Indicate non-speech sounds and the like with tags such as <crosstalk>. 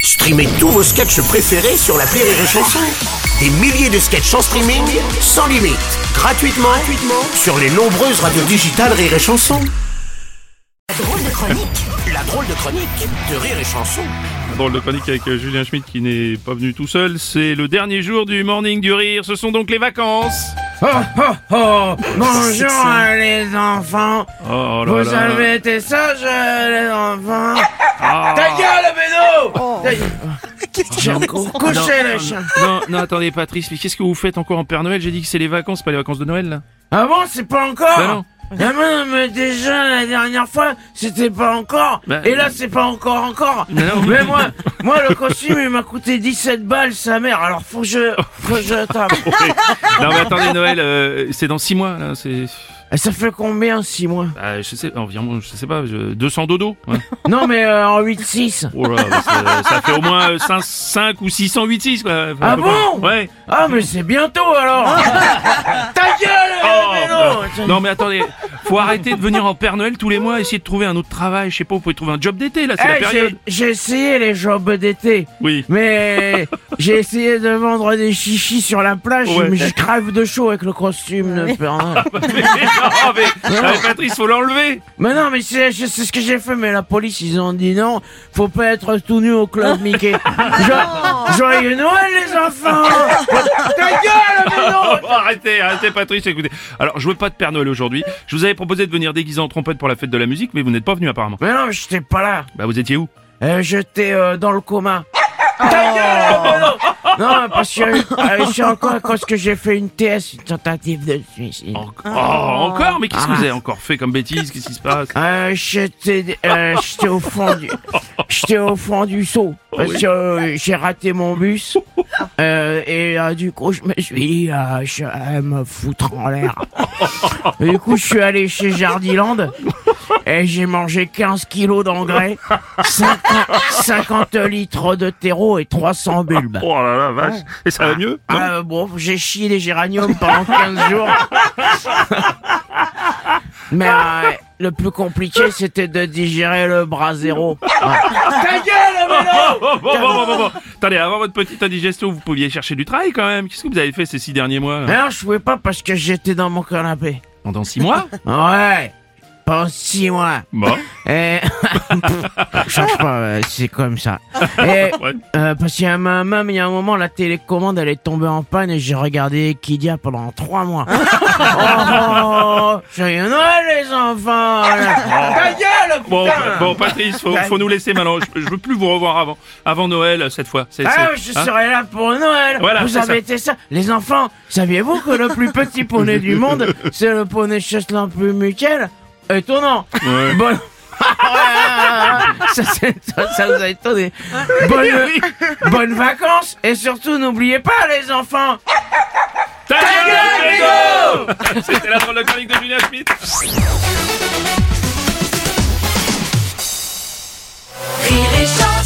Streamez tous vos sketchs préférés sur la Rire et Chanson. Des milliers de sketchs en streaming, sans limite, gratuitement, gratuitement sur les nombreuses radios digitales Rire et Chanson. La drôle de chronique. La drôle de chronique de Rire et Chanson. La drôle de panique avec euh, Julien Schmidt qui n'est pas venu tout seul. C'est le dernier jour du Morning du Rire. Ce sont donc les vacances. Oh, oh, <laughs> oh Bonjour euh, les enfants Oh là Vous là. avez été sages euh, les enfants Ah. Ta gueule Bédo Ta gueule. Couchez le chat Non, non, attendez, Patrice, mais qu'est-ce que vous faites encore en Père Noël J'ai dit que c'est les vacances, pas les vacances de Noël, <laughs> là. Ah bon c'est pas Bah encore non. Ah non, mais déjà la dernière fois c'était pas encore Bah, Et là c'est pas encore encore Mais Mais, Ben non. moi moi le costume il m'a coûté 17 balles sa mère alors faut que je faut que <laughs> je tape Non, mais attendez, Noël, euh, c'est dans six mois, là. C'est. Et Ça fait combien 6 mois Ah, je sais, environ, je sais pas, je- 200 dodo. ouais. Non mais euh, en 8-6 Oh là, bah, ça, ça fait au moins 5, ou 686, quoi. Ah Un peu moins. bon Ouais. Ah mais c'est bientôt <laughs> alors Ta gueule Oh, non, mais attendez, faut arrêter de venir en Père Noël tous les mois, essayer de trouver un autre travail. Je sais pas, vous pouvez trouver un job d'été, là, c'est la Eh, période. j'ai- J'ai essayé les jobs d'été, Oui. mais <laughs> j'ai essayé de vendre des chichis sur la plage, Ouais. Ah, bah. mais je crève de chaud avec le costume. de Père Noël. mais, non, mais, ah, mais Patrice, faut l'enlever. mais non, mais c'est je- c'est ce que j'ai fait, mais la police, ils ont dit non, faut pas être tout nu au <laughs> club Mickey. Ah, Jo- Joyeux Noël les enfants Ta gueule, mais non Oh, arrêtez, arrêtez, Patrice, écoutez. Alors, je veux pas de Père Noël aujourd'hui. Je vous avais proposé de venir déguisé en trompette pour la fête de la musique, mais vous n'êtes pas venu apparemment. Mais non, mais j'étais pas là. Bah, vous étiez où Euh, J'étais euh, dans le coma. Ta gueule, mais non Non, parce que euh, je suis encore parce que j'ai fait une TS, une tentative de suicide. En- oh, encore Mais qu'est-ce que Ah. vous avez encore fait comme bêtise Qu'est-ce qui se passe Euh, j'étais, euh, j'étais au fond du, j'étais au fond du seau parce que euh, j'ai raté mon bus euh, et euh, du coup je me suis dit euh, je vais me foutre en l'air. Et du coup je suis allé chez Jardiland et j'ai mangé 15 kilos d'engrais, 50, 50 litres de terreau et 300 bulbes. Oh là là, vache. Et ça va mieux Non Ah, euh, bon, j'ai chié les géraniums pendant <laughs> 15 jours. Mais euh, le plus compliqué, c'était de digérer le bras zéro. Oh, oh, bon, bon, bon, bon, bon. Attendez, avant votre petite indigestion, vous pouviez chercher du travail quand même. Qu'est-ce que vous avez fait ces six derniers mois là Mais non, je pouvais pas parce que j'étais dans mon canapé. Pendant six mois Ouais, pendant 6 mois. Bon, Et... <laughs> Pff, Change pas, euh, c'est comme ça. Et, ouais. euh, parce qu'il y a ma- même il y a un moment, la télécommande, elle est tombée en panne et j'ai regardé Kidia pendant 3 <laughs> mois. oh, oh, oh, joyeux Noël les Oh. enfants Ta gueule, Bon, putain bon, Patrice, faut, faut nous laisser maintenant. Je, je veux plus vous revoir avant, avant Noël cette fois. C'est- Ah, c'est- je hein serai là pour Noël. Voilà, vous c'est avez ça. été ça. Les enfants, saviez-vous que le plus petit poney du monde, <laughs> c'est le poney Chetland plus muquel Étonnant. Ouais. Bon. <laughs> ça, c'est- ça, ça vous <laughs> a étonné. Bonne- Bonnes vacances et surtout n'oubliez pas les enfants. Ta gueule, Grégo C'était la drôle de chronique de Julien Schmitt. Rire et chanson.